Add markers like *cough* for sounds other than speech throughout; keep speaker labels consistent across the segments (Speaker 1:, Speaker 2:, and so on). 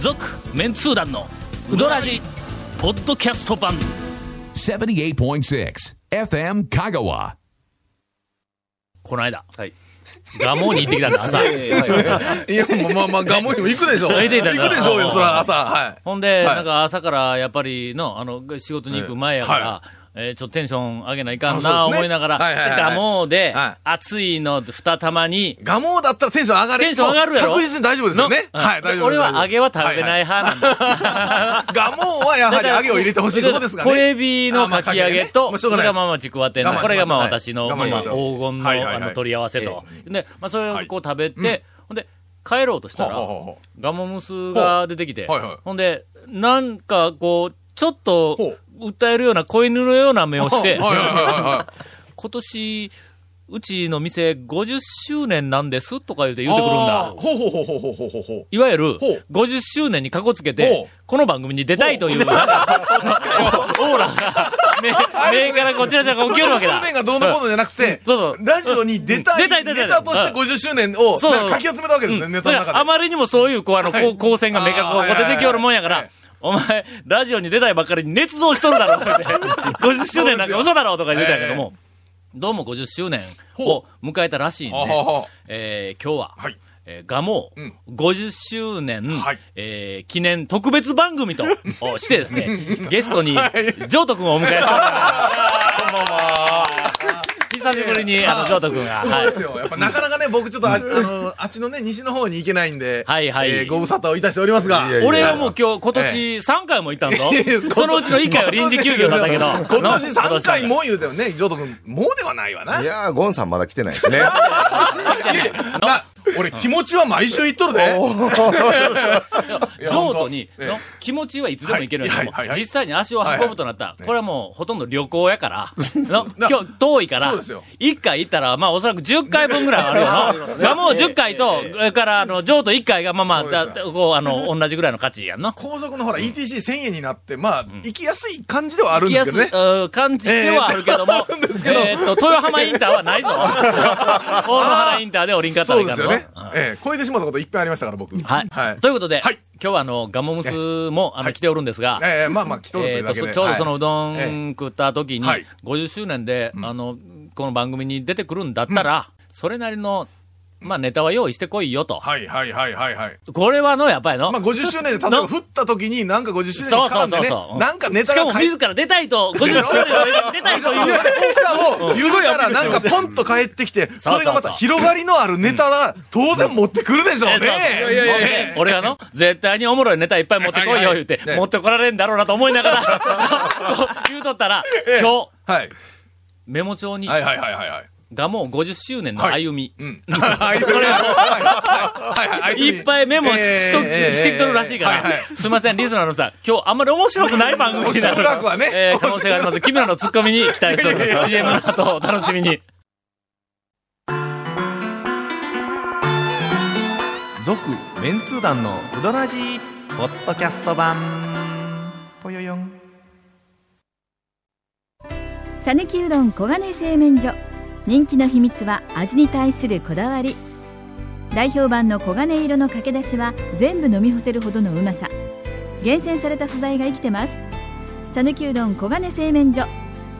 Speaker 1: 続メンツー団のウドラジポッドキャスト版
Speaker 2: 78.6 FM Kagawa.
Speaker 1: この間
Speaker 3: はい。
Speaker 1: ガモに行ってきたんだ朝
Speaker 3: ええはいはいはい。いや、もうまあまあ、ガモにも行くでしょ。
Speaker 1: 行
Speaker 3: 行
Speaker 1: っ
Speaker 3: く
Speaker 1: て
Speaker 3: で
Speaker 1: きたんだ
Speaker 3: しょうよ、そら朝、はい。
Speaker 1: ほんで、
Speaker 3: はい
Speaker 1: なんか朝からやっぱりの、あの、仕事に行く前やから、
Speaker 3: は
Speaker 1: えーちょっとテンション上げないかん
Speaker 3: あそうです
Speaker 1: な、
Speaker 3: ね
Speaker 1: 思いながら、
Speaker 3: はいはいはい
Speaker 1: でガモーで、
Speaker 3: はい
Speaker 1: 熱いの二玉に、
Speaker 3: ガモだったらテンション上がれ
Speaker 1: テンション上がるやろ
Speaker 3: 確実に大丈夫ですよね。
Speaker 1: の
Speaker 3: はい、大丈夫です。
Speaker 1: 俺は揚げは食べないい派なんだ。
Speaker 3: ガモはやはり揚げを入れてほしいとこですがね。
Speaker 1: 小エビのかき揚げ
Speaker 3: あま
Speaker 1: と、
Speaker 3: あかき
Speaker 1: こ
Speaker 3: 揚
Speaker 1: れ
Speaker 3: げね
Speaker 1: がま
Speaker 3: も
Speaker 1: あ
Speaker 3: う
Speaker 1: まあちくわ天
Speaker 3: 我
Speaker 1: の、
Speaker 3: 慢し
Speaker 1: これがまあ
Speaker 3: まし
Speaker 1: 私
Speaker 3: ょう
Speaker 1: の、
Speaker 3: はい
Speaker 1: まあまあ黄
Speaker 3: 我慢しましょう
Speaker 1: 金
Speaker 3: はいはい
Speaker 1: の、
Speaker 3: は
Speaker 1: あ
Speaker 3: い
Speaker 1: の、取り合わせと。で、まあそれをこう食べ
Speaker 3: は
Speaker 1: て、ほんで、帰ろうとした
Speaker 3: ほうほう
Speaker 1: ら
Speaker 3: ほ、
Speaker 1: ガモムスが出てきて、
Speaker 3: ほうはいはい
Speaker 1: ほんで、なんかこう、ちょっと
Speaker 3: ほ、
Speaker 1: 訴えるような子犬のような目をして、
Speaker 3: はいはいはいはい。
Speaker 1: 今年、うちの店50周年なんですとか *laughs* 言うて言うてくるん
Speaker 3: あ
Speaker 1: だ
Speaker 3: ー。ほうほうほうほうほうほうほうほう。
Speaker 1: いわゆる
Speaker 3: ほう、
Speaker 1: 50周年にかこつけ
Speaker 3: ほ
Speaker 1: て
Speaker 3: う、
Speaker 1: この番組に出たいという、なんか
Speaker 3: *laughs*
Speaker 1: オーラが、目目からこちらちゃが起きるわけだ
Speaker 3: 50周。年がどうのこうのじゃなくて、
Speaker 1: そうそう
Speaker 3: ラジオに出たい、
Speaker 1: うん出たい出たい
Speaker 3: ネタとして50周年を
Speaker 1: そう
Speaker 3: なんか書き集めたわけですね、
Speaker 1: うん
Speaker 3: ネタの
Speaker 1: だからあ
Speaker 3: 中
Speaker 1: ま
Speaker 3: で。
Speaker 1: りにもそういう、こう、あの、こう光線が目がこう、
Speaker 3: あー
Speaker 1: こう出てきよるもんやか
Speaker 3: はい
Speaker 1: ら
Speaker 3: はい、
Speaker 1: お前、ラジオに出たいばっかりに熱造しとるだろ、って
Speaker 3: *laughs*
Speaker 1: 50周年なんか嘘だろ、とか言ってたんやけども、どうも50周年を迎えたらしいん
Speaker 3: ほう
Speaker 1: で
Speaker 3: ほう、ほ
Speaker 1: えー今日は、
Speaker 3: はい
Speaker 1: えーガモ
Speaker 3: うん
Speaker 1: 50周年、
Speaker 3: はい
Speaker 1: えー記念特別番組
Speaker 3: *laughs*
Speaker 1: とおしてですね、ゲストに、
Speaker 3: はい
Speaker 1: ジョート君をお迎え
Speaker 3: *laughs*
Speaker 1: したどうも久しぶりに、あの、ジョート君が。
Speaker 3: う
Speaker 1: は
Speaker 3: そう
Speaker 1: い
Speaker 3: ですよ。やっぱなかなかね、僕ちょっとあ、あの、あっちのね、西の方に行けないんで、
Speaker 1: はいはい
Speaker 3: えーご無沙汰をいたしておりますが。
Speaker 1: 俺はもう今日、今年3回も行ったんぞ。そのうちの1回は臨時休業だったけど。
Speaker 3: 今年3回
Speaker 1: の
Speaker 3: も言うたよね、ジョート君。もうではないわな。
Speaker 4: い
Speaker 3: いや、
Speaker 4: やー、ゴンさんまだ来てない
Speaker 1: *laughs*
Speaker 4: ですね。
Speaker 3: な俺気持ちは毎週言っとるで。
Speaker 1: ジョートに、
Speaker 3: いや
Speaker 1: の
Speaker 3: 本
Speaker 1: 気持ちはいつでも行けるん
Speaker 3: は
Speaker 1: だ
Speaker 3: い
Speaker 1: も
Speaker 3: はいはいはい
Speaker 1: 実際に足を運ぶとなったら、
Speaker 3: い
Speaker 1: これはもうほとんど旅行や
Speaker 3: *laughs*
Speaker 1: から、の
Speaker 3: な
Speaker 1: 今日遠いから
Speaker 3: そうですよ、
Speaker 1: 1回行ったら、まあおそらく10回分ぐらいは
Speaker 3: *laughs*
Speaker 1: あるよの。ガモ10回と、それからあの、ジョート1回が、まあまあ、
Speaker 3: そうです
Speaker 1: だこう、あの、同じぐらいの価値やんの。
Speaker 3: 高速のほら、ETC1000 円になって、まあ、行きやすい感じではあるん
Speaker 1: 行き
Speaker 3: です
Speaker 1: や
Speaker 3: け
Speaker 1: す
Speaker 3: どね。
Speaker 1: い感じではあるけども、
Speaker 3: えーあるんですけど
Speaker 1: えーっと、豊浜インターはない
Speaker 3: *laughs*
Speaker 1: ぞ。大野原インターで降りんかったら
Speaker 3: そ
Speaker 1: いう
Speaker 3: で
Speaker 1: かん
Speaker 3: す
Speaker 1: の
Speaker 3: よね
Speaker 1: うん。
Speaker 3: ええ、超えてしまったこといっぱいありましたから、僕。
Speaker 1: はい。ということで、
Speaker 3: はい
Speaker 1: 今日はあの、ガモムスも、あの、
Speaker 3: はい
Speaker 1: 来ておるんですが、
Speaker 3: ええ、まあまあ、来とるとい
Speaker 1: え
Speaker 3: う
Speaker 1: ー
Speaker 3: だ
Speaker 1: と、
Speaker 3: け
Speaker 1: そ
Speaker 3: で。
Speaker 1: ちょうどその
Speaker 3: は
Speaker 1: う
Speaker 3: い
Speaker 1: ど
Speaker 3: ええ
Speaker 1: ん食った時に、
Speaker 3: はい
Speaker 1: 50周年で、あの、この番組に出てくるんだったら、それなりの、まあ、ネタは用意してこいよと。
Speaker 3: はいはいはいはいはい。
Speaker 1: これはの、やっぱりの。
Speaker 3: まあ、50周年で、例えば、振った時に、なんか50周年に
Speaker 1: そうそ
Speaker 3: 絡
Speaker 1: うんそ
Speaker 3: で
Speaker 1: う
Speaker 3: ね
Speaker 1: そ、う。
Speaker 3: なんかネタ
Speaker 1: しか
Speaker 3: が
Speaker 1: も
Speaker 3: 書いて
Speaker 1: 自ら出たいと、50周年に出たい
Speaker 3: *laughs*
Speaker 1: という。
Speaker 3: しかも、言うたらなんかポンと帰ってきて、それがまた広がりのあるネタが当然持ってくるでしょうね。
Speaker 1: そうそう
Speaker 3: ね
Speaker 1: 俺がの、絶対におもろいネタいっぱい持ってこいよ、言うて、
Speaker 3: はい
Speaker 1: 持ってこられんだろうなと思いながら、
Speaker 3: *laughs*
Speaker 1: 言うとったら、今日、
Speaker 3: はい。
Speaker 1: メモ帳に、
Speaker 3: はいはいはいはいはい。
Speaker 1: ガモ50周年の
Speaker 3: はい
Speaker 1: 歩み、
Speaker 3: うん。 *laughs* はいはいはいはい。
Speaker 1: いっぱいメモししとき、してきとるらしいから、
Speaker 3: はいはい
Speaker 1: すいません、リスナーのさん、今日あんまり面白くない番組にな
Speaker 3: 面
Speaker 1: る、
Speaker 3: 白くはね
Speaker 1: えー可能性があります。君らのツッコミに期待しております。CM の後、お楽しみに。
Speaker 5: 続メンツー団のウドラジーポッドキャスト版ぽよよん
Speaker 6: さぬきうどん黄金製麺所人気の秘密は味に対するこだわり代表版の黄金色のかけだしは全部飲み干せるほどのうまさ厳選された素材が生きてます「さぬきうどん黄金製麺所」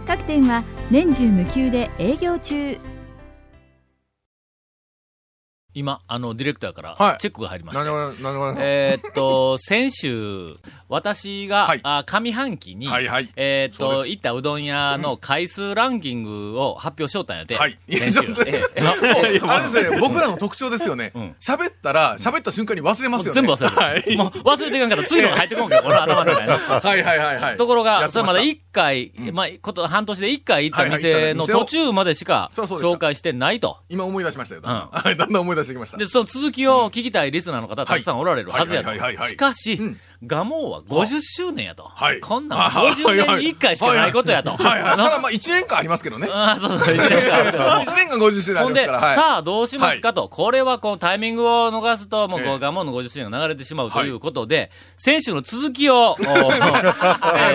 Speaker 6: 各店は年中無休で営業中
Speaker 1: 今、あの、ディレクターから、
Speaker 3: はい
Speaker 1: チェックが入りました。
Speaker 3: 何でもない何でもない
Speaker 1: えーっと、先週、私が、
Speaker 3: はい
Speaker 1: あ上半期に、
Speaker 3: はいはい
Speaker 1: えーっ
Speaker 3: そう
Speaker 1: と、
Speaker 3: です
Speaker 1: 行ったうどん屋の回数ランキングを発表しようったんやて。
Speaker 3: はい。いや
Speaker 1: 先
Speaker 3: ち
Speaker 1: 週
Speaker 3: ょっとね
Speaker 1: な
Speaker 3: もうあれですね、僕らの特徴ですよ
Speaker 1: ん。
Speaker 3: ね喋ったら、喋った瞬間に忘れま
Speaker 1: もう
Speaker 3: すよね。
Speaker 1: 全部忘れる。もう忘れていかんから、次のが入ってこんから、この頭の中に。
Speaker 3: はいはいはいはい。
Speaker 1: ところ
Speaker 3: や
Speaker 1: が、
Speaker 3: って
Speaker 1: それまだ
Speaker 3: した
Speaker 1: 1回、まあ、こと、半年で1回行った
Speaker 3: はいは
Speaker 1: 店
Speaker 3: い行
Speaker 1: の
Speaker 3: った店を
Speaker 1: 途中までしか
Speaker 3: そりゃそうでした
Speaker 1: 紹介してないと。
Speaker 3: 今思い出しましたよ。だんだん
Speaker 1: う
Speaker 3: はいだんだん思い出してきました
Speaker 1: で、。その続きを聞きたいリスナーの方、たくさんおられるはずやと
Speaker 3: はいはいはいはいは。い
Speaker 1: しかし
Speaker 3: うん、
Speaker 1: ガモは50周年やと
Speaker 3: はい。
Speaker 1: こんなん50年に1回しかないことやと。
Speaker 3: はいはい。た
Speaker 1: な
Speaker 3: だまあ、1年間ありますけどね。
Speaker 1: ああ、そうそう、一年間
Speaker 3: *laughs* 1年間50周年あ
Speaker 1: ほ
Speaker 3: り
Speaker 1: ん
Speaker 3: ます
Speaker 1: で、
Speaker 3: から。はい
Speaker 1: さあどうしますかと、これはこのタイミングを逃すと、もうこ
Speaker 3: え
Speaker 1: う、
Speaker 3: え
Speaker 1: ガモンの50周年が流れてしまうと
Speaker 3: はい
Speaker 1: いうことで、先週の続き
Speaker 3: *laughs*
Speaker 1: を、おー
Speaker 3: え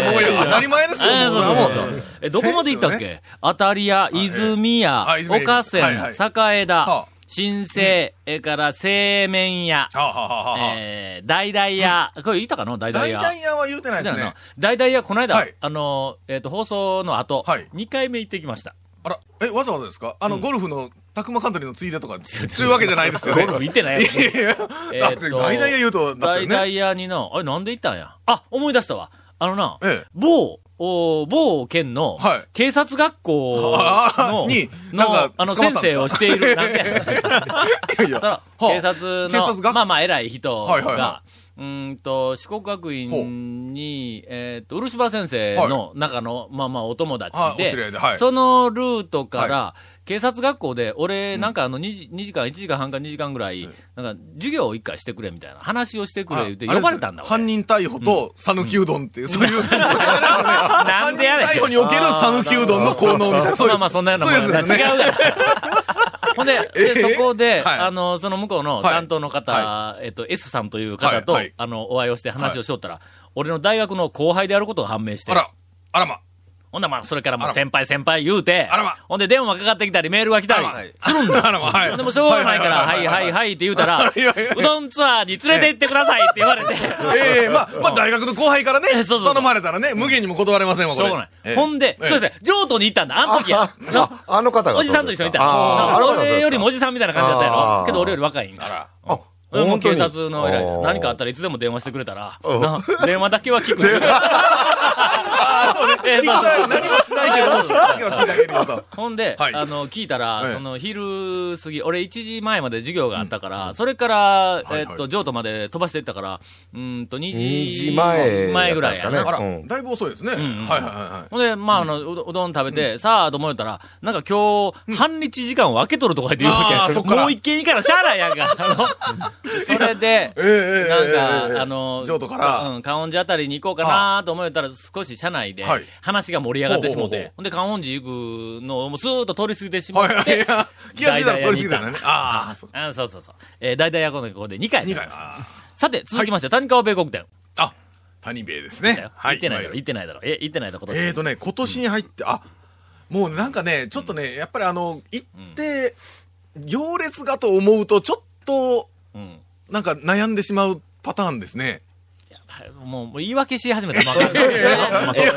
Speaker 3: ーもういや当たり前ですよ
Speaker 1: えー
Speaker 3: もう
Speaker 1: そうそう
Speaker 3: も
Speaker 1: そうう。え、どこまで行ったっ
Speaker 3: 先週
Speaker 1: け当たり屋、泉
Speaker 3: あええあ
Speaker 1: 屋、
Speaker 3: 泉
Speaker 1: 岡
Speaker 3: 屋はいは
Speaker 1: 線、
Speaker 3: い
Speaker 1: 栄
Speaker 3: は
Speaker 1: 田
Speaker 3: あ、
Speaker 1: 新生、えから製麺屋、
Speaker 3: はあはあはあはあ。
Speaker 1: えー、大々屋、これ言ったかの大々
Speaker 3: 大
Speaker 1: 屋。
Speaker 3: 々屋は言うてないですね。
Speaker 1: 大々屋、この間、
Speaker 3: はい
Speaker 1: あの、えっ、と、放送の後、
Speaker 3: はい
Speaker 1: 2回目行ってきました。
Speaker 3: あら、え、わざわざですかあの、ゴルフの、タクマカントリーのついでとか、そういうわけじゃないですよね。
Speaker 1: ゴルフ行ってないやろ
Speaker 3: いやいやだって、
Speaker 1: えーと
Speaker 3: 大々屋言うと、だっ
Speaker 1: 大
Speaker 3: て
Speaker 1: 々
Speaker 3: ね。
Speaker 1: 屋にな、あれなんで行ったんや。あ、思い出したわ。あのな、
Speaker 3: ええ
Speaker 1: 某、お某県の
Speaker 3: はい、
Speaker 1: 警察学校の、
Speaker 3: あーになんか
Speaker 1: のあの
Speaker 3: 捕まっ
Speaker 1: 先
Speaker 3: たんです
Speaker 1: 生
Speaker 3: か
Speaker 1: をしている、なんて、
Speaker 3: いやいや
Speaker 1: その
Speaker 3: はあ
Speaker 1: 警察の
Speaker 3: 警察学
Speaker 1: まあまあ偉い人が、
Speaker 3: はいはいは
Speaker 1: うーんと、四国学院に、えーっと、漆原先生の中の、まあまあお友達
Speaker 3: はいお知り合
Speaker 1: で
Speaker 3: いではい、
Speaker 1: そのルートから、警察学校で、俺、なんかあの2時、二時間、1時間半か2時間ぐらい、なんか授業を1回してくれみたいな話をしてくれ言って
Speaker 3: ああれ
Speaker 1: 呼ばれたんだ、
Speaker 3: ですね
Speaker 1: 俺
Speaker 3: 犯人逮捕と讃岐うどんっていう、そういう、そういうあ
Speaker 1: *laughs*
Speaker 3: れ
Speaker 1: なんで
Speaker 3: です
Speaker 1: やねん
Speaker 3: よね犯人逮捕における讃岐うどんの効能みたいな、そうい
Speaker 1: まあ
Speaker 3: う。
Speaker 1: まあ、そんなようなもんや
Speaker 3: そうですよね
Speaker 1: 違うが
Speaker 3: *laughs*
Speaker 1: ほんで、で
Speaker 3: えー
Speaker 1: そこで、
Speaker 3: はい
Speaker 1: あの、その向こうの
Speaker 3: はい
Speaker 1: 担当の方、えっと、S さんという方と、
Speaker 3: はいはい
Speaker 1: あの、お会いをして話をしよったら、俺の大学の後輩であることが判明して
Speaker 3: あ、ら、あらま。
Speaker 1: ほんならまあ、それからまあ、
Speaker 3: あら
Speaker 1: 先輩先輩言うて、
Speaker 3: あらま
Speaker 1: ほんで、電話かかってきたり、メールが来たり、
Speaker 3: するんだ。あらま、はい。
Speaker 1: でもしょうがないから、はいはい
Speaker 3: い。
Speaker 1: はいって言うたら、
Speaker 3: いやいや
Speaker 1: うどんツアーに連れて行ってくださいって言われて、
Speaker 3: ええ、まあ、まあ、大学の後輩からね、
Speaker 1: えそうそうそう
Speaker 3: 頼まれたらね、無限にも断れませんわ、
Speaker 1: し
Speaker 3: こ
Speaker 1: ょ
Speaker 3: れ。
Speaker 1: うがない。
Speaker 3: ええ
Speaker 1: ほんで、そうですね、譲渡に行ったんだ、あの時や。な
Speaker 4: あ、あの方が
Speaker 1: おじさんと一緒にいた。
Speaker 4: あーあの方がそうです
Speaker 1: 俺
Speaker 4: か
Speaker 1: よりもおじさんみたいな感じだったやろ
Speaker 4: あ。ー
Speaker 1: けど俺より若いん
Speaker 3: あ
Speaker 1: だ。
Speaker 3: ら。
Speaker 4: あ、
Speaker 1: 俺も
Speaker 4: 本当
Speaker 1: 警
Speaker 4: に
Speaker 1: 察の偉い
Speaker 4: あー
Speaker 1: 何かあったらいつでも電話してくれたら、な電話だけは聞く。
Speaker 3: ああ、そうね。
Speaker 1: ええ
Speaker 3: 聞いたよ何もしないけ
Speaker 1: そう
Speaker 3: ど、聞いたけど聞いてあげるよと。
Speaker 1: *laughs* ほんで、
Speaker 3: はい
Speaker 1: あの、聞いたら、
Speaker 3: ええ
Speaker 1: その、昼過ぎ、俺1時前まで授業があったから、それから、
Speaker 3: いはい
Speaker 1: えっと、譲渡まで飛ばしていったから、うーんと、2
Speaker 4: 2
Speaker 1: 時
Speaker 4: 時前
Speaker 1: ぐらいやな
Speaker 4: だったんですかね
Speaker 3: あら
Speaker 4: う、ん
Speaker 3: だいぶ遅いですね。はい
Speaker 1: んうん
Speaker 3: はいは
Speaker 1: ほんで、まあ、あの、うどうどん食べて、さあ、と思ったら、なんか今日、半日時間を空けとるとか言って言うわけ
Speaker 3: あ
Speaker 1: や
Speaker 3: ーそっから
Speaker 1: もう一軒いいからしゃあないやんか。あの、それで、
Speaker 3: いはい。ええええ
Speaker 1: なん
Speaker 3: ええええ
Speaker 1: か、あの、
Speaker 3: 譲渡から
Speaker 1: うん、観音寺あたりに行こうかなと思ったら、少し車内で
Speaker 3: はい、
Speaker 1: 話が盛り上がってしも
Speaker 3: ほうほうほうほ
Speaker 1: て
Speaker 3: う、
Speaker 1: ほんで、観音寺行くのをもうスーッと通り過ぎてしま
Speaker 3: は
Speaker 1: っ
Speaker 3: いはい。い
Speaker 1: て、
Speaker 3: や、気がついたら取り過ぎたね。ああ、そう。
Speaker 1: あそうそうそう。えー、大々夜行のここで2回
Speaker 3: 二
Speaker 1: やり
Speaker 3: 回
Speaker 1: ま
Speaker 3: で
Speaker 1: し
Speaker 3: す
Speaker 1: た。さて、続きまして、谷川米国店。
Speaker 3: あ、谷兵衛です
Speaker 1: だ
Speaker 3: ね
Speaker 1: よ。
Speaker 3: は
Speaker 1: 行ってないだろ、
Speaker 3: まあ
Speaker 1: 行ってないだろ。え、行ってないだろ、今
Speaker 3: え
Speaker 1: 年
Speaker 3: ー。とね、今年に入って、あ、もうなんかね、ちょっとね、やっぱりあの、行って、行列がと思うと、ちょっと、
Speaker 1: うん。
Speaker 3: なんか悩んでしまうパターンですね。
Speaker 1: もう、もう言い訳し始めた。まあ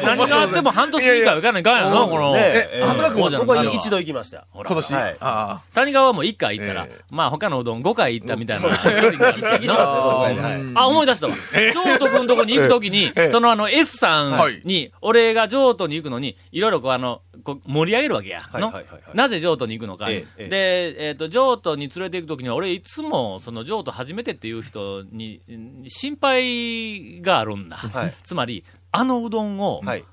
Speaker 1: 何があっても半年以下はいかないかんやろな、この。
Speaker 3: え、長谷川君
Speaker 1: こう
Speaker 3: は
Speaker 1: じゃん
Speaker 7: 僕は
Speaker 1: なるわ
Speaker 7: 一度行きました。
Speaker 1: ほら
Speaker 3: 今年、
Speaker 7: はい
Speaker 3: あ
Speaker 1: 谷川も1回行ったら
Speaker 3: ええ、
Speaker 1: まあ他のうどん5回 *laughs* 行ったみたいな。距離があるからな
Speaker 3: あ、
Speaker 1: あ、思い出したわ。譲渡くんとこに行くときに、
Speaker 3: ええ
Speaker 1: そのあの S さ
Speaker 3: は
Speaker 1: ん
Speaker 3: い
Speaker 1: に、俺が譲渡に行くのに、いろいろこうあの、こう盛り上げるわけや。
Speaker 7: い
Speaker 1: の
Speaker 7: はいはいはい
Speaker 1: なぜ譲渡に行くのか。
Speaker 7: ええええ
Speaker 1: で、えっ、と、譲渡に連れて行くときには、俺いつも、その譲渡初めてっていう人に、ん心配があるんだ。
Speaker 7: はい
Speaker 1: つまり、あのうどんを、
Speaker 7: はい。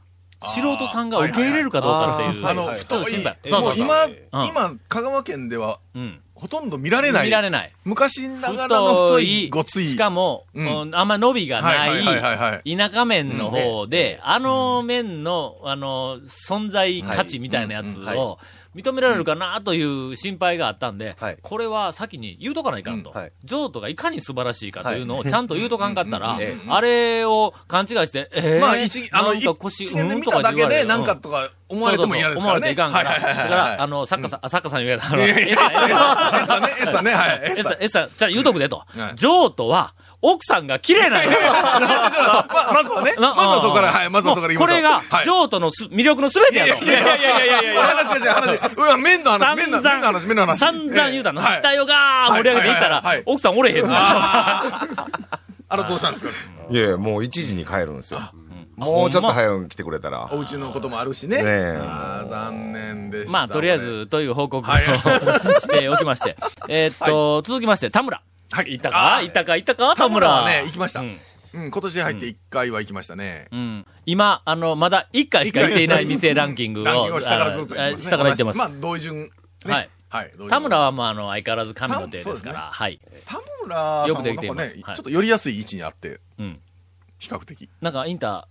Speaker 1: 素人さんが受け入れるかどうかっていう。
Speaker 3: あ、あの、
Speaker 7: はい
Speaker 1: ちょっと
Speaker 3: 太い
Speaker 1: 心配。
Speaker 7: え
Speaker 1: そう
Speaker 3: も
Speaker 1: そううそう。
Speaker 3: 今、
Speaker 1: うん
Speaker 3: 今、香川県では、
Speaker 1: うん。
Speaker 3: ほとんど見られない。
Speaker 1: 見られない。
Speaker 3: 昔ながらの太い、ごつい。
Speaker 1: しかも、
Speaker 3: うん
Speaker 1: うんあんま伸びがな、
Speaker 3: はいはいはいはいはい
Speaker 1: 田舎麺の方で、あの麺の、あの、存在価値みたいなやつ
Speaker 7: うんはい
Speaker 1: を、認められるかなという心配があったんで
Speaker 7: はい、
Speaker 1: これは先に言うとかないかんと
Speaker 7: うんはい。
Speaker 1: 譲渡がいかに素晴らしいかというのをちゃんと言うとかんかったら
Speaker 7: うんええ、
Speaker 1: あれを勘違いして、えー
Speaker 3: まあ、一、あの、
Speaker 1: なん
Speaker 3: 一
Speaker 1: か腰、
Speaker 3: 一眼で
Speaker 1: うん
Speaker 3: 見
Speaker 1: とか
Speaker 3: た
Speaker 1: って言
Speaker 3: だけ
Speaker 1: われ
Speaker 3: で、
Speaker 1: る
Speaker 3: なんかとか思われても嫌ですからね。
Speaker 1: そうそうそう思われていかんから。だから、あ
Speaker 3: の、
Speaker 1: の、作家さん、あ作家さん言うやから、あの
Speaker 3: え
Speaker 1: S さん S さん
Speaker 3: *laughs* S さんね、S さんね、はい。
Speaker 1: え
Speaker 3: S さん
Speaker 1: さ。、えさ、じゃあ言うとくでと
Speaker 3: は。い
Speaker 1: 譲渡は、奥さんが綺麗なんよ。 *laughs*
Speaker 3: まあまずはね、まずはそこから、はい、まずはそこから行き
Speaker 1: もうこれ
Speaker 3: ましょう。
Speaker 1: が
Speaker 3: はい、
Speaker 1: 譲渡のす魅力のすべてやろ。
Speaker 3: いやいやいやいやいやいや。話が違う話。うわ、麺の話、
Speaker 1: 散
Speaker 3: 麺の
Speaker 1: 々、
Speaker 3: 麺の話、麺の話。
Speaker 1: 散々言うたの。
Speaker 3: ええは
Speaker 1: 期
Speaker 3: い。
Speaker 1: 待をがー盛り上げていった
Speaker 3: はいはいはいは
Speaker 1: ら
Speaker 3: い、
Speaker 1: 奥さんおれへんの。
Speaker 3: あーあら、どうしたんですか
Speaker 4: いやいやもう1時に帰るんですよ。もうちょっと
Speaker 1: い。
Speaker 4: 早く来てくれたら。
Speaker 3: お家のこともあるしね。
Speaker 4: ねえ
Speaker 3: あー残念でした。
Speaker 1: まあ、とりあえ。ず、という報告を
Speaker 3: は
Speaker 1: *laughs*
Speaker 3: い
Speaker 1: しておきまして。えーっと、続きまして、田村。
Speaker 3: はい、行
Speaker 1: いたかいたかいたか田
Speaker 3: 田
Speaker 1: 村
Speaker 3: 村はね、行きました。
Speaker 1: う
Speaker 3: うんん、今年入って1回は行きましたね。
Speaker 1: うん今、あの、まだ1回しか行っていない店ランキングを。
Speaker 3: ランキングを下からずっと行
Speaker 1: あ
Speaker 3: ってま
Speaker 1: あ
Speaker 3: す、ね。
Speaker 1: 下から行ってます。
Speaker 3: まあ、同順、ね。
Speaker 1: はい。
Speaker 3: はい、同順
Speaker 1: 田村は、まあ、あの、相変わらず神の手ですから、
Speaker 3: 田
Speaker 1: はい。
Speaker 3: 田村さん
Speaker 1: よ
Speaker 3: も
Speaker 1: く
Speaker 3: な
Speaker 1: で
Speaker 3: ん
Speaker 1: き
Speaker 3: か
Speaker 1: ています
Speaker 3: ね、ち
Speaker 1: はい
Speaker 3: ょっと寄りやすい位置にあって、
Speaker 1: うん。
Speaker 3: 比較的。
Speaker 1: なんか、インター、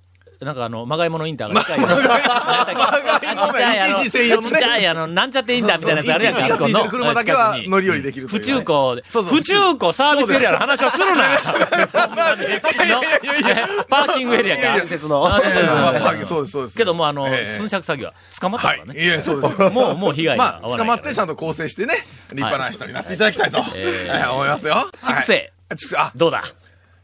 Speaker 1: なんかあの、まがいものインターが近い。まが
Speaker 3: いもの一時専用のね
Speaker 1: ちっちゃい、あの、なんちゃってインターみたいなやつあるやんか、
Speaker 3: そうそう
Speaker 1: あそこの
Speaker 3: ついてる車だけは乗り降りできるとい
Speaker 1: 不
Speaker 3: う
Speaker 1: 中古で、
Speaker 3: そうそう
Speaker 1: 不中古サービスエリアの話をす
Speaker 3: *laughs*
Speaker 1: るなよほんまにえパーキングエリアか。
Speaker 7: 伝説の。
Speaker 1: あそうそうそう
Speaker 3: まあまあそうです、そうです。
Speaker 1: けども、あの、
Speaker 3: ええ
Speaker 1: 寸借詐欺は捕まった
Speaker 3: は
Speaker 1: か
Speaker 3: い
Speaker 1: ら。ね。
Speaker 3: いえ、そうですよ。
Speaker 1: もう、もう被害が *laughs*
Speaker 3: まあ、
Speaker 1: 合わない
Speaker 3: 捕
Speaker 1: か
Speaker 3: ま
Speaker 1: ら
Speaker 3: ってちゃんと構成してね、立派な人になっていただきたいと、
Speaker 1: えー
Speaker 3: はい思いますよ。
Speaker 1: 畜生
Speaker 3: はい。畜生、あ、
Speaker 1: どうだ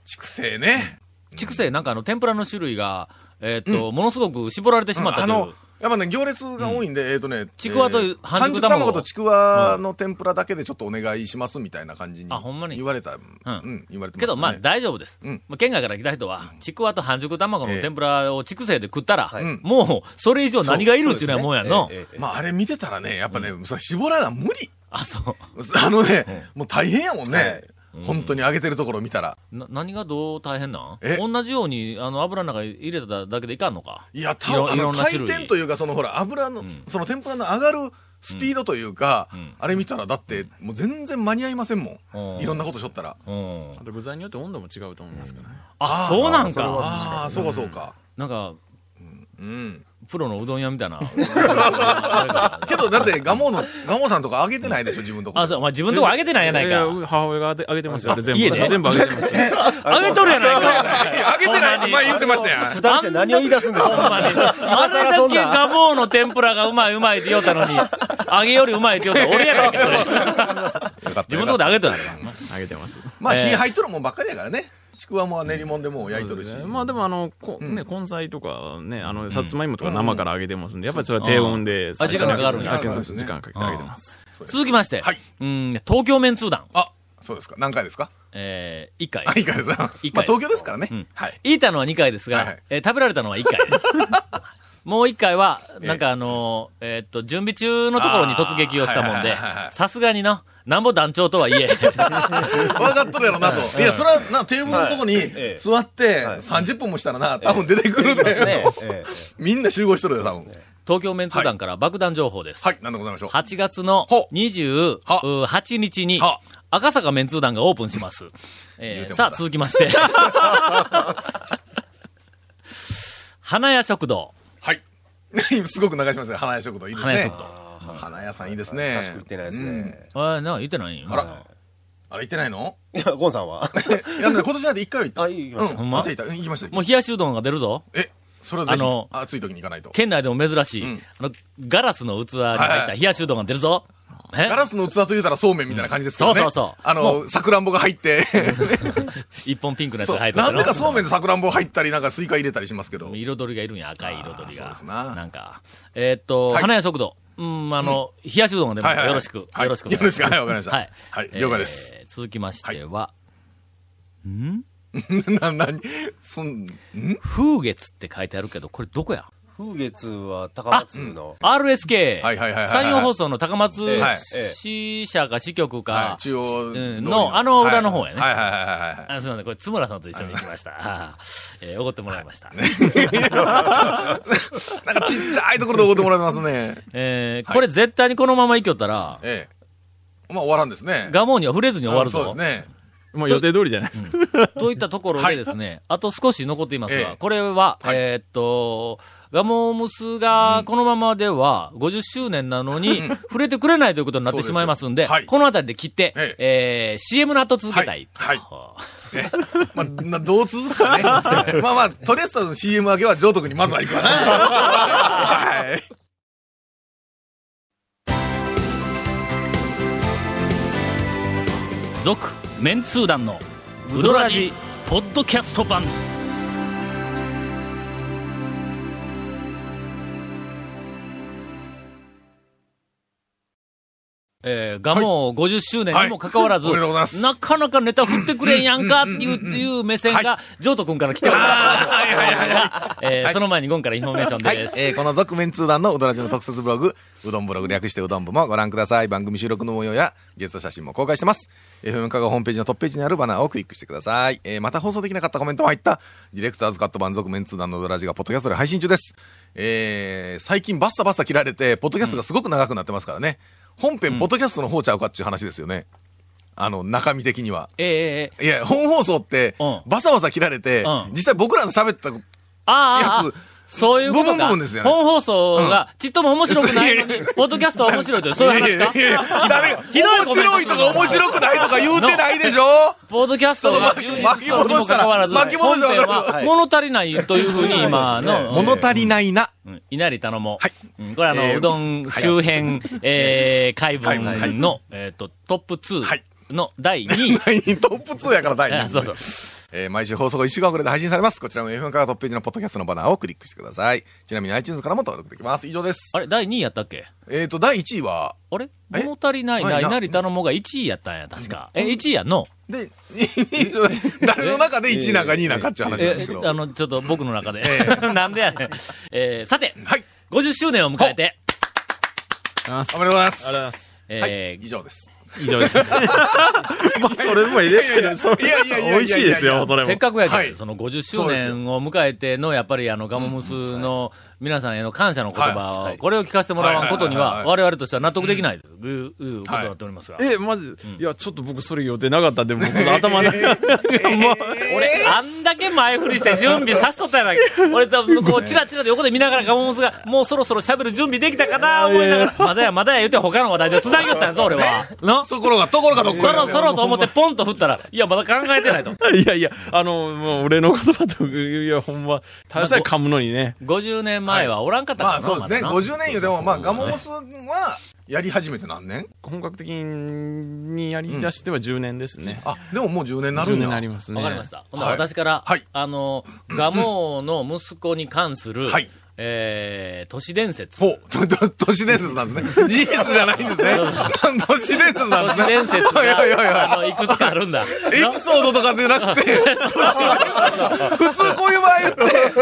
Speaker 3: 畜生ね。
Speaker 1: 畜生、なんかあの、天ぷらの種類が、えーっと、ものすごく絞られてしまった
Speaker 3: あ
Speaker 1: という
Speaker 3: の、やっぱね、行列が多いんで、えっとね、
Speaker 1: ちくわと
Speaker 3: えー
Speaker 1: 半
Speaker 3: 半
Speaker 1: 熟
Speaker 3: 熟
Speaker 1: 卵
Speaker 3: 卵とちくわの天ぷらだけでちょっとお願いしますみたいな感じに。
Speaker 1: あほんまに
Speaker 3: 言われた。うんん、言われてましたね
Speaker 1: けど、まあ、大丈夫です。
Speaker 3: うん
Speaker 1: まあ県外から来た人は、ちくわと半熟卵の
Speaker 3: ええ
Speaker 1: 天ぷらを畜生で食ったら、
Speaker 4: はい
Speaker 1: もう、それ以上何がいるっていうのはもんやんの。
Speaker 4: ええええ
Speaker 3: まあ、あれ見てたらね、やっぱね、それ絞らな無理。
Speaker 1: あ、そう。
Speaker 3: *laughs* あのね、もう大変やもん
Speaker 4: は
Speaker 3: ね
Speaker 4: い。
Speaker 3: 本当に揚げてるところ見たら。
Speaker 1: な何がどう大変なん
Speaker 3: え
Speaker 1: 同じように、あの、油の中に入れただけでいかんのか。
Speaker 3: いや、た
Speaker 1: いろ
Speaker 3: あ
Speaker 1: いろ
Speaker 3: の
Speaker 1: んな
Speaker 3: 回
Speaker 1: 種類
Speaker 3: 転というか、そのほら、油の、
Speaker 1: ん
Speaker 3: その天ぷらの上がるスピードというか、
Speaker 1: ん
Speaker 3: あれ見たら、だって、もう全然間に合いませんも
Speaker 1: うん
Speaker 3: ん。いろんなことしょったら。
Speaker 1: うん。
Speaker 7: あと具材によって温度も違うと思いますからね。
Speaker 1: あ、
Speaker 3: あー
Speaker 1: そうなん
Speaker 4: それ
Speaker 1: か。
Speaker 4: は
Speaker 3: ああ、そうかそうか。
Speaker 1: なんか、
Speaker 3: うん。
Speaker 1: プロのうどん屋みたいな。 *laughs*
Speaker 3: けど、だって、ガモの、ガモさんとか揚げてないでしょ、自分とこ。
Speaker 1: あ、そう、お前自分とこあげてないやない
Speaker 7: いや
Speaker 1: か。
Speaker 7: 母親があげてあげてますよ。だって全
Speaker 1: 家で
Speaker 7: 部。全部あげて
Speaker 1: *laughs*
Speaker 7: ますよ。
Speaker 1: あげとるやないか。
Speaker 3: 揚げてないって前言うてましたやん
Speaker 5: 二。人して何を言い出すんです
Speaker 1: ほんま
Speaker 5: か
Speaker 1: にあれだけガボーの天ぷらがうまいうまいって言おうたのに、揚げよりうまいって言おうたら俺やないか、それ。自分のとこで揚げとるやないか。
Speaker 7: あげてます。
Speaker 3: まあ、
Speaker 1: ええ
Speaker 3: 火入っとるもんばっかりやからね。ちくわも練り物でもう焼いとるし。
Speaker 7: まあでもあの、こ
Speaker 3: ん
Speaker 7: ね、根菜とかね、あの、さつまいもとか生から揚げてますんで、やっぱりそれは低温で、
Speaker 1: あ時間がかかるんだ
Speaker 7: かけます。
Speaker 3: 時
Speaker 7: 時
Speaker 3: 間
Speaker 7: 間かけて揚げてます。
Speaker 1: 続きまして、
Speaker 3: はい
Speaker 1: うん東京メンツー団、
Speaker 3: あ、そうですか。何回ですか
Speaker 1: えー、1回
Speaker 3: あ、。いいかです。まあ、
Speaker 1: いいかい
Speaker 3: 東京ですからね
Speaker 1: ん。
Speaker 3: はい。
Speaker 1: いたのは2回ですが、
Speaker 3: はいはい
Speaker 1: えー食べられたのは1回。
Speaker 3: *laughs*
Speaker 1: もう1回は、なんかあのーえーっと、準備中のところに突撃をしたもんで
Speaker 3: あーはいはいはいは、い
Speaker 1: さすがにな、なんぼ団長とはいえ、
Speaker 3: 分かっとるやろなと。いや、それはな、テーブルのとこに
Speaker 4: ええ
Speaker 3: 座って、
Speaker 4: はい
Speaker 3: 30分もしたらな、多分出てくるで
Speaker 4: ね。ええ
Speaker 3: みんな集合しとるで、多分。
Speaker 1: 東京メンツー団から爆弾情報です。
Speaker 3: はい、なんでございましょう。
Speaker 1: 8月の
Speaker 3: ほう
Speaker 1: 28日に
Speaker 3: は、
Speaker 1: 赤坂メンツー団がオープンします。え
Speaker 3: 言うて
Speaker 1: ー
Speaker 3: も
Speaker 1: さあ、
Speaker 3: だ
Speaker 1: 続きまして。 *laughs* 花屋食堂。
Speaker 3: はい。 *laughs* すごく流しましたが花屋食堂いいです
Speaker 1: 花屋
Speaker 3: ね
Speaker 1: 食。堂。
Speaker 3: 花屋さんいいです
Speaker 4: ええ
Speaker 3: ね
Speaker 4: 久しく行ってないです。
Speaker 3: うん
Speaker 4: ね。
Speaker 1: あな、言ってないん
Speaker 3: あら、あれ行ってないの
Speaker 5: いや、ゴンさんは
Speaker 3: いや、今年なんて一回は行った。
Speaker 5: あ行きました
Speaker 3: うん
Speaker 1: ほんま
Speaker 3: 行った行った。行きました。
Speaker 1: もう冷やしうどんが出るぞ。
Speaker 3: え、それはぜひ
Speaker 1: あの、
Speaker 3: 暑い時に行かないと。
Speaker 1: 県内でも珍しい、
Speaker 3: うん
Speaker 1: あの、ガラスの器に入
Speaker 3: はい
Speaker 1: っ
Speaker 3: は
Speaker 1: た
Speaker 3: い
Speaker 1: 冷やしうどんが出るぞ。え
Speaker 3: ガラスの器と言うたらそうめんみたいな感じですけどね。
Speaker 1: うんそうそうそう
Speaker 3: あの、さくらんぼが
Speaker 1: *laughs*
Speaker 3: 入って、
Speaker 1: 一本ピンクのやつ
Speaker 3: そ
Speaker 1: が
Speaker 3: う。
Speaker 1: 入って
Speaker 3: なんでかそうめんでさくらんぼ入ったり、なんかスイカ入れたりしますけど。
Speaker 1: 彩りがいるんや、赤い彩りが。
Speaker 3: あーそうですな
Speaker 1: なんか。えーっと、
Speaker 3: はい
Speaker 1: 花屋食堂。うん、あの、冷やしうどんが出る
Speaker 3: はい
Speaker 1: のでよ
Speaker 3: はいはい
Speaker 1: ろしく。
Speaker 3: はい
Speaker 1: よろしくお
Speaker 3: よ
Speaker 1: 願い
Speaker 3: ろ
Speaker 1: し
Speaker 3: し
Speaker 1: ます。
Speaker 3: く。はい、わかりました。
Speaker 1: はい。
Speaker 3: はい、了解です。
Speaker 1: えー。続きましては、
Speaker 3: *laughs* な、なに、そん、ん
Speaker 1: 風月って書いてあるけど、これどこや
Speaker 5: 風月は高松の。
Speaker 1: ?RSK。
Speaker 3: はいはいはいはいはい
Speaker 1: 山陽放送の高松
Speaker 5: え
Speaker 3: え
Speaker 1: 支社か支局
Speaker 3: は
Speaker 1: か
Speaker 3: い、、中央通り
Speaker 1: のあの裏の方やね
Speaker 3: はいはいはいはいは
Speaker 1: あ、すみません。これ、津村さんと一緒に行きました。あーえー、おごってもらいました。
Speaker 3: い。なんかちっちゃいところで覚えてもらいま
Speaker 1: *laughs*
Speaker 3: すね。
Speaker 1: えーこれ絶対にこのまま行きよったら、
Speaker 3: ええ。まあ終わらんですね。
Speaker 1: ガモーには触れずに終わるぞ。
Speaker 3: うんそうですね。
Speaker 7: まあ予定通りじゃないですか。
Speaker 1: といったところでですね、あと少し残っていますが、
Speaker 3: ええ
Speaker 1: これは、
Speaker 3: はい
Speaker 1: えーっと、ガモームスがこのままでは50周年なのに、触れてくれないということになってしまいますんで、
Speaker 3: そうですよはい
Speaker 1: このあたりで切って、え
Speaker 3: え
Speaker 1: ー CM の後続けたい。
Speaker 3: はいねまあ、などう続くか
Speaker 1: *laughs*
Speaker 3: ね。まあまあ、とりあえず多分 CM 上げは上徳にまずは行くわな。
Speaker 1: *laughs*
Speaker 3: はい。
Speaker 1: 続、メンツー団の、ウドラジ、ポッドキャスト版。えー、ガモー50周年にもかかわらず、
Speaker 3: はいおめでとうございます
Speaker 1: なかなかネタ振ってくれんやんかっていう、っていう目線が、ジョート君から来ております *laughs* が、えーその前にゴンからインフォメーション
Speaker 3: はい
Speaker 1: です。、
Speaker 3: えーこの続面通談のうどらじの特設ブログ、うどんブログ略してうどん部もご覧ください。番組収録の模様やゲスト写真も公開してます。FM カがホームページのトップページにあるバナーをクリックしてください。えーまた放送できなかったコメントも入った、ディレクターズカット版続面通談のうどらじがポッドキャストで配信中です。えー最近バッサバッサ切られて、ポッドキャストがすごく長くなってますからね。本編、ポッドキャストの方ちゃうかっていう話ですよね。あの、中身的には。
Speaker 1: えーえーえー
Speaker 3: いや、本放送って
Speaker 1: うん、
Speaker 3: バサバサ切られて、
Speaker 1: うん
Speaker 3: 実際僕らの喋った
Speaker 1: あーあーあー
Speaker 3: や
Speaker 1: そういうことか。
Speaker 3: 部分部分ですよね
Speaker 1: 本放送がちっとも面白くないのに、ポッドキャストは面白いという、そういう話か
Speaker 3: いやいやいや誰が
Speaker 1: *laughs* ひどいコ
Speaker 3: 面
Speaker 1: メント
Speaker 3: 白いとか面白くないとか言うてないでしょ
Speaker 1: ポッドキャストが充実したにもかかわらず、
Speaker 3: 巻き戻したら
Speaker 1: 本編は
Speaker 3: はい
Speaker 1: 物足りないというふうに今
Speaker 5: そうです
Speaker 1: の、
Speaker 5: ね
Speaker 1: うん
Speaker 3: 物足りないな。
Speaker 1: ん稲荷頼もう。
Speaker 3: はい
Speaker 1: うんこれあの、
Speaker 3: えー
Speaker 1: うどん周辺、えー、海分の、
Speaker 3: 海
Speaker 1: えっ、と、トップ
Speaker 3: はい
Speaker 1: 2の第2位。
Speaker 3: トップ2やから
Speaker 1: *laughs*
Speaker 3: 第
Speaker 1: あ
Speaker 3: 2
Speaker 1: そうそう。
Speaker 3: えー毎週放送後1週間遅れで配信されます。こちらも FM カートップページのポッドキャストのバナーをクリックしてください。ちなみに iTunes からも登録できます。以上です。
Speaker 1: あれ、第2位やったっけ
Speaker 3: えっ、と、第1位は、
Speaker 1: *laughs* あれ
Speaker 3: え
Speaker 1: 物足りない
Speaker 3: は
Speaker 1: な、
Speaker 3: いな
Speaker 1: 稲荷頼もうが1位やったんや、確か。え、1位やんの
Speaker 3: で、誰の中で1位なんか2位なんかっていう話なんです
Speaker 1: え
Speaker 3: けど。
Speaker 1: あの、ちょっと僕の中で。 *laughs* なんでやねん。えー、さて、
Speaker 3: はい。
Speaker 1: 50周年を迎えて、
Speaker 3: お
Speaker 7: あ
Speaker 3: めでとうございます。
Speaker 7: りがとうございます。
Speaker 3: はい、
Speaker 1: えー
Speaker 3: 以上です。
Speaker 7: 以上です。まあ、それもいいですけど、それ
Speaker 3: いやいやいやいやいやいや
Speaker 7: 美味しいですよ、それ
Speaker 1: せっ
Speaker 7: も。
Speaker 1: かくやけど、
Speaker 3: はい
Speaker 1: その50周年を迎えての、やっぱりあの、ガモムスの皆さんへの感謝の言葉を、
Speaker 3: はいはい
Speaker 1: これを聞かせてもらわんことには、
Speaker 3: はいはいはいは
Speaker 1: 我々としては納得できないといういうことになっておりますが。
Speaker 7: え、マジ、いや、ちょっと僕、それ予定なかったんで、僕の頭の中、
Speaker 1: あんだけ前振りして準備さしとったや
Speaker 3: *laughs*
Speaker 1: ないか。俺と、こう、チラチラと横で見ながらガモモスが、もうそろそろ喋る準備できたかな、思いながら、まだやまだや言うて他の話題で繋ぎよったんやぞ、俺は。のそ
Speaker 3: ところが、ところがどころ
Speaker 1: ろそろと思ってポンと振ったら、いや、まだ考えてないと。
Speaker 7: *laughs* いやいや、あの、もう俺の言葉と、いや、ほんま、たださえ噛むのにね。
Speaker 1: 50年前はおらんかったから
Speaker 3: まあ
Speaker 1: な
Speaker 3: そうです
Speaker 1: ま
Speaker 3: ね。
Speaker 1: だな
Speaker 3: 50年よ。でも、まあ、ガモモスは、やり始めて何年
Speaker 7: 本格的にやり出しては10年ですね。
Speaker 3: あ、でももう10年になる
Speaker 7: 10
Speaker 3: ん
Speaker 7: 年
Speaker 3: だ。
Speaker 7: になりますね。
Speaker 1: わかりました。ほんな
Speaker 3: は
Speaker 1: ら
Speaker 3: い
Speaker 1: 私から、
Speaker 3: はい
Speaker 1: あの、ガモーの息子に関する、
Speaker 3: はい
Speaker 1: えー、都市伝説。
Speaker 3: ほう、と、と、都市伝説なんですね。事実じゃないんですね。都市伝説な
Speaker 1: 都
Speaker 3: ん
Speaker 1: 市
Speaker 3: ですね。
Speaker 1: 伝説
Speaker 3: *laughs* おいおいおいおい
Speaker 1: が、あの、いくつかあるんだ。
Speaker 3: エピソードとかでなくて、都市伝説普通こういう場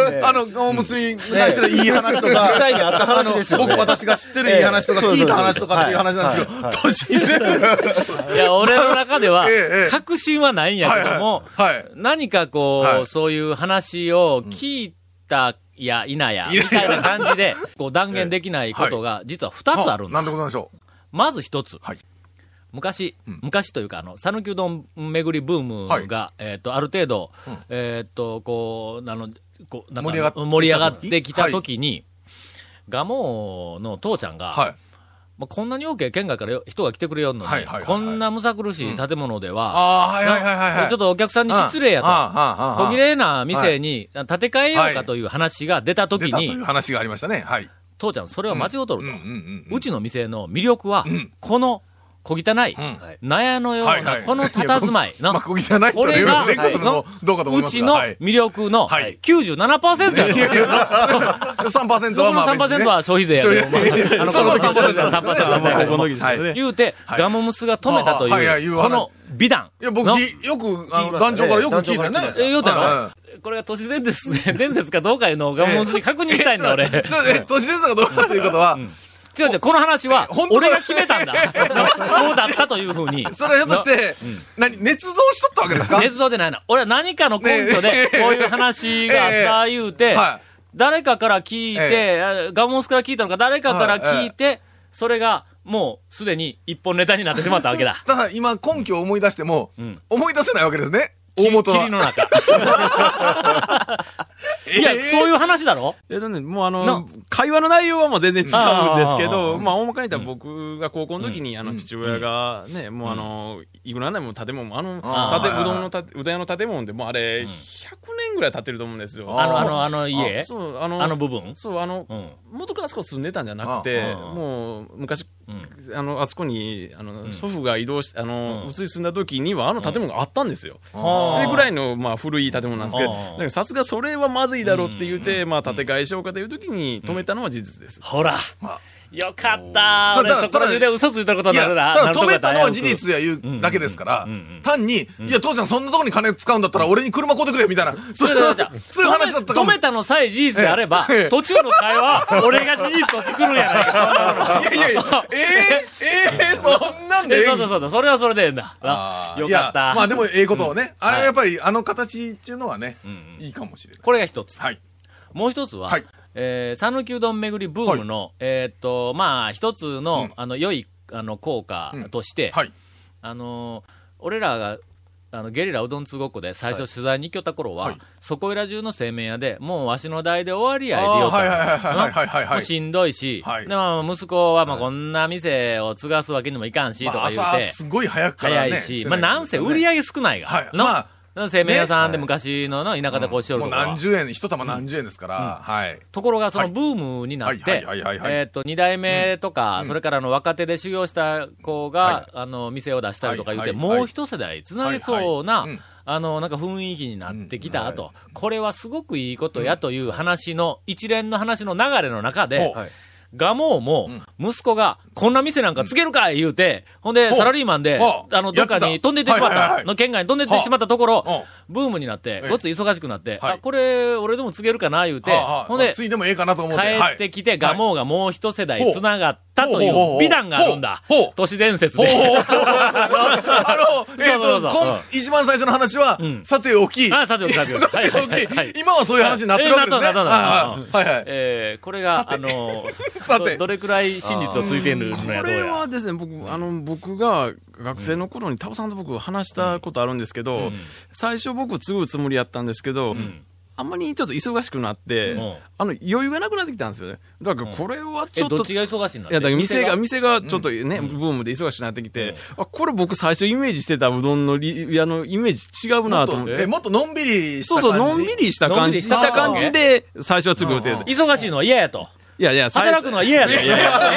Speaker 3: 合って、あの、ガモムスに対してのいい話とか、
Speaker 4: 実際にあった話ですよね
Speaker 3: あの僕、私が知ってるいい話とか、
Speaker 4: ええ
Speaker 3: 聞いた話とかっていう話なんですけど、都市伝説。
Speaker 1: いや、俺の中では
Speaker 3: ええええ、
Speaker 1: 確信はないんやけども、
Speaker 3: はいはいはい
Speaker 1: 何かこう、
Speaker 3: はい
Speaker 1: そういう話を聞いた、や、いなや、
Speaker 3: い
Speaker 1: み
Speaker 3: や
Speaker 1: たいな感じで、こう断言できないことが、実は2つあるんだ
Speaker 3: なんてことなんでしょう。
Speaker 1: まず一つ、
Speaker 3: はい
Speaker 1: 昔、
Speaker 3: うん
Speaker 1: 昔というか、あの、讃岐うどん巡りブームが、
Speaker 3: はい
Speaker 1: えっ、と、ある程度、えっ、と、こう、あの、こうなんか
Speaker 3: 盛り上がってき
Speaker 1: 盛り上がってきた
Speaker 3: た時
Speaker 1: 時に、蒲生の父ちゃんが、
Speaker 3: はい。
Speaker 1: まあ、こんなに大きい県外からよ人が来てくれよんのに、
Speaker 3: はいはいはいはい
Speaker 1: こんなむさ苦しい建物では、
Speaker 3: ああ、はいはいはいはいはい。
Speaker 1: ちょっとお客さんに失礼や
Speaker 3: あ
Speaker 1: と、
Speaker 3: あああああ
Speaker 1: 小切れな店に建て替えようかという話が出た時
Speaker 3: 出
Speaker 1: に、
Speaker 3: たという話がありましたね。はい。
Speaker 1: 父ちゃんそれは間違うとると。
Speaker 3: うんうんうんうん。
Speaker 1: うちの店の魅力は、この小汚い、
Speaker 3: うん
Speaker 1: 納屋のよう
Speaker 3: はいは
Speaker 1: な、
Speaker 3: い
Speaker 1: この佇まいの、
Speaker 3: まあ、小汚いと
Speaker 1: これ
Speaker 3: いう
Speaker 1: が、
Speaker 3: レックスのどうかと思
Speaker 1: う
Speaker 3: います
Speaker 1: ち
Speaker 3: が。
Speaker 1: の
Speaker 3: はい
Speaker 1: 魅力の
Speaker 3: はい
Speaker 1: 97%やと。
Speaker 3: いやいや、3%
Speaker 1: 残
Speaker 3: は
Speaker 1: り
Speaker 3: ま
Speaker 1: の
Speaker 3: あ別に、ね。
Speaker 1: 3%は消費税やと。
Speaker 3: は、あの、その3%は
Speaker 1: 3%は
Speaker 7: まあ
Speaker 1: 3%
Speaker 7: ここの時ですよね。
Speaker 1: 言うて、
Speaker 3: はい
Speaker 1: ガモムスが止めたと
Speaker 3: はあはいはい
Speaker 1: い
Speaker 3: 言
Speaker 1: う、
Speaker 3: う
Speaker 1: こ
Speaker 3: 話
Speaker 1: の美談
Speaker 3: いや、僕、
Speaker 1: の。
Speaker 3: よく、あの、団長からよく聞いてね。
Speaker 1: え、言うた
Speaker 3: はい
Speaker 1: の
Speaker 3: は
Speaker 1: これが都市伝説 *laughs* ね、伝説かどうかいうのをガモムスに確認したいんだ、俺。違
Speaker 3: いちょっとえ、都市伝説がどうかということ
Speaker 1: う
Speaker 3: は、
Speaker 1: 違う、この話は
Speaker 3: え本、当だ
Speaker 1: 俺が決め
Speaker 3: *laughs*
Speaker 1: たんだ。こうだったというふうに。
Speaker 3: それはひょっとして、何、捏造しとったわけですか
Speaker 1: 捏造でないな。俺は何かの根拠で
Speaker 3: ね、え
Speaker 1: こういう話があった言う
Speaker 3: え
Speaker 1: て
Speaker 3: は、
Speaker 1: 誰かから聞い
Speaker 3: え。
Speaker 1: て、あガモンスから聞いたのか、誰かから聞いて、それがもうすでに一本ネタになってしまったわけだ
Speaker 3: ただ、今、根拠を思い出しても
Speaker 1: ん、
Speaker 3: 思い出せないわけですね。 *laughs* 大元は
Speaker 1: 霧。の
Speaker 3: *laughs*
Speaker 1: 中。いや、そういう話だろ
Speaker 7: えっとね、もうあ
Speaker 1: な
Speaker 7: の、会話の内容はもう全然違うんですけ
Speaker 1: あ
Speaker 7: ど、まあ、大まかに言ったら僕が高校の時に、あの、父親がね、もうあの、いくらなんでも建物も、あの、
Speaker 3: あー
Speaker 7: 建うどんのた、うどん屋の建物で、もうあれ、100年ぐらい建ってると思うんですよ。
Speaker 1: あの、あの、あの家
Speaker 7: あそう、あの、
Speaker 1: あの部分
Speaker 7: そう、あの
Speaker 1: う、ん。
Speaker 7: 元からあそこ住んでたんじゃなくて、
Speaker 1: ああ
Speaker 7: もう昔、
Speaker 1: う
Speaker 7: あの、あそこに、あの、祖父が移動して、あの、
Speaker 1: うん
Speaker 7: 移り住んだ時には、あの建物があったんですよ。
Speaker 1: あ
Speaker 7: で
Speaker 1: ー
Speaker 7: ぐらいの、まあ、古い建物なんですけど、
Speaker 1: ああ
Speaker 7: だからさすがそれはまずいだろうって言って、まあ、建て替えしようかという時に止めたのは事実です。
Speaker 1: ほら。よかった。
Speaker 3: そう
Speaker 1: 俺、
Speaker 3: ただ
Speaker 1: そこら中で嘘ついたこと
Speaker 3: い
Speaker 1: に
Speaker 3: や
Speaker 1: なるな。
Speaker 3: ただ
Speaker 1: なると
Speaker 3: 止
Speaker 1: こや
Speaker 3: め
Speaker 1: った
Speaker 3: たの
Speaker 1: ら
Speaker 3: は事実や言うだけですから、単に、いや、父ちゃんそんなとこに金使うんだったら俺に車買うてくれ、みたいな、そういう *laughs* そういう話だったか
Speaker 1: 止
Speaker 3: も。
Speaker 1: めたのさえ事実であれば
Speaker 3: ええ、
Speaker 1: 途中の会話は、俺が事実を作るんやないか、そんなもの
Speaker 3: いやいやいや、ええええそんなんでえ
Speaker 1: え
Speaker 3: え
Speaker 1: そうだそうだ、それはそれでええんだ。あよ
Speaker 3: い
Speaker 1: か
Speaker 3: や
Speaker 1: った。
Speaker 3: まあでも、ええことをね。あれはやっぱり、あの形っていうのはね、いいかもしれない。
Speaker 1: これが一つ。
Speaker 3: はい。
Speaker 1: もう一つは、
Speaker 3: はい
Speaker 1: えー、讃岐うどん巡りブームの、えーっと、まあ、一つの、
Speaker 3: うん
Speaker 1: あの、良い、あの、効果として、
Speaker 3: はい。
Speaker 1: あのー俺らが、あの、ゲリラうどん通ごっこで最初取材に行きよった頃は、
Speaker 3: はい
Speaker 1: そこいら中の製麺屋で、もうわしの代で終わりや、
Speaker 3: あー
Speaker 1: でよった
Speaker 3: はいはいはいはいはいは
Speaker 1: う
Speaker 3: いはい
Speaker 1: んもうしんどいし、
Speaker 3: はい
Speaker 1: で、まあ、息子は、まあ、こんな店を継がすわけにもいかんし、と
Speaker 3: ま
Speaker 1: か
Speaker 3: あ
Speaker 1: 言うて、
Speaker 3: 朝、すごい早くから
Speaker 1: 早
Speaker 3: ね。
Speaker 1: いし、
Speaker 3: せ
Speaker 1: まあ、
Speaker 3: きゃ
Speaker 1: なんせ売り上げ少ないが、
Speaker 3: はい。
Speaker 1: の
Speaker 3: まあ、
Speaker 1: 生命屋さんで昔のの田舎でこうしよる
Speaker 3: もう
Speaker 1: とこは
Speaker 3: 何十円、一玉何十円ですから、はい。
Speaker 1: ところが、そのブームになっ
Speaker 3: はい
Speaker 1: て
Speaker 3: はいはいはい、はい
Speaker 1: えっと、二代目とか、それからあの若手で修行した子が、あの、店を出したりとか言って、
Speaker 3: はいはいはい
Speaker 1: もう一世代つなげそうな
Speaker 3: はいはいうん、
Speaker 1: あの、なんか雰囲気になってきたと、これはすごくいいことやという話の、一連の話の流れの中で
Speaker 3: ほうはい、
Speaker 1: ガモーも、息子が、こんな店なんかつけるかい言うて、ほんで、サラリーマンで、
Speaker 3: ほう
Speaker 1: あの、どっか
Speaker 3: やって
Speaker 1: に
Speaker 3: た
Speaker 1: 飛んでいってしまっ
Speaker 3: はいはいは
Speaker 1: た、
Speaker 3: い
Speaker 1: の県外に飛んでいってしまったところ
Speaker 3: ほ、
Speaker 1: ブームになって
Speaker 3: え、え
Speaker 1: ごっつ忙しくなって、
Speaker 3: はい
Speaker 1: あ、これ、俺でもつけるかな言うて、
Speaker 3: はあはあ
Speaker 1: ほんで、
Speaker 3: ついでもええかなと思って。
Speaker 1: 帰ってきて、ガモーがもう一世代つながったとい
Speaker 3: ほうほ
Speaker 1: う
Speaker 3: う
Speaker 1: 美談があるんだ
Speaker 3: ほうほう。
Speaker 1: 都市伝説
Speaker 3: はい。
Speaker 1: で。
Speaker 3: ほうほうほうあの、えっ
Speaker 1: そうそうそ
Speaker 3: と、
Speaker 1: う
Speaker 3: こ
Speaker 1: うん
Speaker 3: ん一番最初の話は
Speaker 1: ん、
Speaker 3: さてお
Speaker 1: *laughs*
Speaker 3: き。
Speaker 1: あ、さておき、さておき。
Speaker 3: さておき。今はそういう話になってるわけで
Speaker 1: え
Speaker 3: すね。
Speaker 1: ーなったなったなった
Speaker 3: はいはいはいはい。
Speaker 1: えーこれが、あのー、
Speaker 3: *laughs* さて
Speaker 1: どどれくらい真実をついてるのや
Speaker 7: こ
Speaker 1: どう
Speaker 7: れ
Speaker 1: や
Speaker 7: は。ですね、僕、あの、僕が学生の頃にタオさんと僕話したことあるんですけど、最初僕継ぐつもりやったんですけど、あんまりちょっと忙しくなって、
Speaker 1: うん
Speaker 7: あの、余裕がなくなってきたんですよね。だからこれは
Speaker 1: え、
Speaker 7: ちょっ
Speaker 1: ど
Speaker 7: と、
Speaker 1: っちが忙しいんだ
Speaker 7: いや、だから店が、店がちょっとね、ブームで忙しくなってきて、あ、これ僕最初イメージしてたうどんのり、いやあのイメージ違う
Speaker 3: も
Speaker 7: な
Speaker 3: っ
Speaker 7: と思っ
Speaker 3: と、
Speaker 7: て
Speaker 3: え、。もっとのんびりした
Speaker 7: そう
Speaker 3: 感じ。
Speaker 7: そう、のんびりした
Speaker 1: のん
Speaker 7: 感
Speaker 1: びり
Speaker 7: じ、
Speaker 1: し
Speaker 7: したた感じで、最初は継ぐ予定で。い
Speaker 1: 忙しいのは嫌やと。
Speaker 7: やいや、最
Speaker 1: 働
Speaker 7: 初
Speaker 1: くのは嫌やと。
Speaker 7: いやいや、な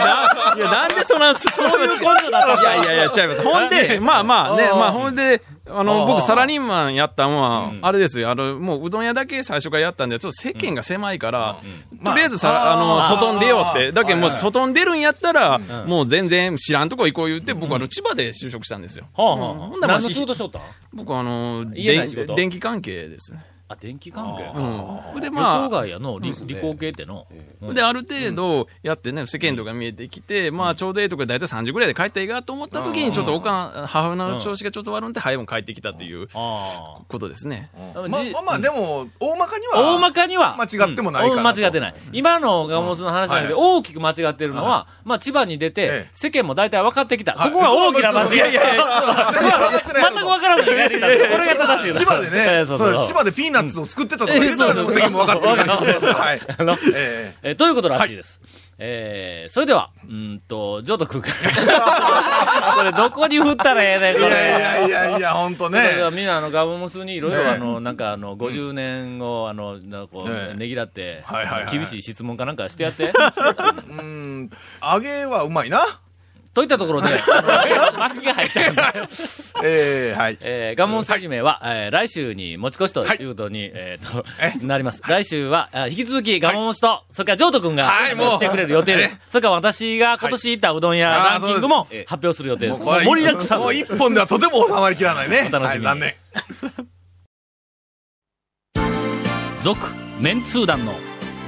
Speaker 7: いやなんでそんな、そういう
Speaker 1: 根性だったんだ
Speaker 7: いやいやいや、
Speaker 1: *laughs*
Speaker 7: 違います。ほんで、まあまあね、まあほんで、あ
Speaker 3: あ
Speaker 7: の、
Speaker 3: ー
Speaker 7: 僕サラリーマンやったんは
Speaker 1: ん、
Speaker 7: あれですよ、あの、もううどん屋だけ最初からやったんで、ちょっと世間が狭いから、とりあえずさ、
Speaker 3: あ
Speaker 7: あ
Speaker 3: ー
Speaker 7: の、外に出ようっ
Speaker 3: あ
Speaker 7: て。
Speaker 3: ー
Speaker 7: だけどもう
Speaker 3: はいはい
Speaker 7: 外に出るんやったら
Speaker 1: ん、
Speaker 7: もう全然知らんとこ行こう言って、僕あの、千葉で就職したんですよ。
Speaker 1: ほうほうほ
Speaker 7: ほ
Speaker 1: うん
Speaker 7: ならまあ
Speaker 1: 何の仕事しとったん
Speaker 7: 僕あの、
Speaker 1: 言えない
Speaker 7: 電
Speaker 1: 仕事
Speaker 7: 電気関係ですね。
Speaker 1: あ、電気関係
Speaker 7: う
Speaker 1: か。
Speaker 7: ん。で、
Speaker 1: 予
Speaker 7: まあ
Speaker 1: 想、外やの、理理工系っての。うん
Speaker 7: で、ある程度やってね、世間とか見えてきて、まあ、ちょうどええとこで大体3時ぐらいで帰ったらええかと思った時に、ちょっとおかん、母親の調子がちょっと悪いんで、早く帰ってきたっていう
Speaker 1: ああ。
Speaker 7: ことですね。
Speaker 3: まあまあまあ、でも、大まかには。
Speaker 1: 大
Speaker 3: *laughs*
Speaker 1: まかには。
Speaker 3: 間違ってもないかな
Speaker 1: うん
Speaker 3: と
Speaker 1: 間違ってない。今のガモスの話なんで、
Speaker 3: うん
Speaker 1: 大きく間違ってるのは、まあ千葉に出て、
Speaker 3: ええ
Speaker 1: 世間も大体分かってきた。
Speaker 3: はい
Speaker 1: ここが大きな間違い。
Speaker 3: いやいやいや全然分かってない
Speaker 1: *laughs* 全く分からずに帰ってきたんですよ。これが正しいよ
Speaker 3: 千葉で
Speaker 1: *laughs*
Speaker 3: ね、
Speaker 1: そ
Speaker 3: そうう
Speaker 1: そう
Speaker 3: 千葉でピーナッツを作ってたとか言うたら、でも席も分かってる感じです。はい。
Speaker 1: あの、
Speaker 3: え
Speaker 1: えーということらしいです。えー、それでは、うーんと、ジョート君から。 *laughs* これどこに振ったらええねん、
Speaker 3: え
Speaker 1: こ
Speaker 3: い
Speaker 1: れ。
Speaker 3: やいやいやいや、ほんと
Speaker 1: *laughs*
Speaker 3: ね。
Speaker 1: だからみんなあのガブモスにいろいろ
Speaker 3: ね
Speaker 1: あのなんかあの50年をあのなんかこ
Speaker 3: ね
Speaker 1: うねぎらって
Speaker 3: はいはいはい
Speaker 1: 厳しい質問かなんかしてやって。 *laughs*
Speaker 3: うーん、揚げはうまいな。
Speaker 1: といったと
Speaker 3: *laughs*
Speaker 1: ころで、あの巻きが入ったんで、
Speaker 3: ええはい。
Speaker 1: *laughs* えー、ガモンスジメは、えー来週に持ち越しということに、えーと、なります。来週は、あ引き続きガモンスと、それからジョート君が、
Speaker 3: *laughs* はいもう
Speaker 1: 来てくれる予定です。それから私が今年行ったうどん屋ランキングも
Speaker 3: はいあーそうです
Speaker 1: 発表する予定です。
Speaker 3: これ
Speaker 1: 盛りだくさん
Speaker 3: もう一本ではとても収まりきらないね。
Speaker 1: お楽しみに
Speaker 3: はい、残念。
Speaker 1: 続メンツー団の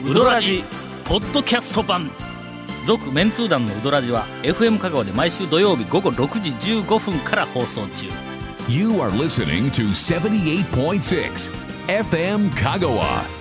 Speaker 1: ウドラジポッドキャスト版続メンツー団のウドラジは FM 香川で毎週土曜日午後6時15分から放送中
Speaker 2: You are listening to 78.6 FM Kagawa.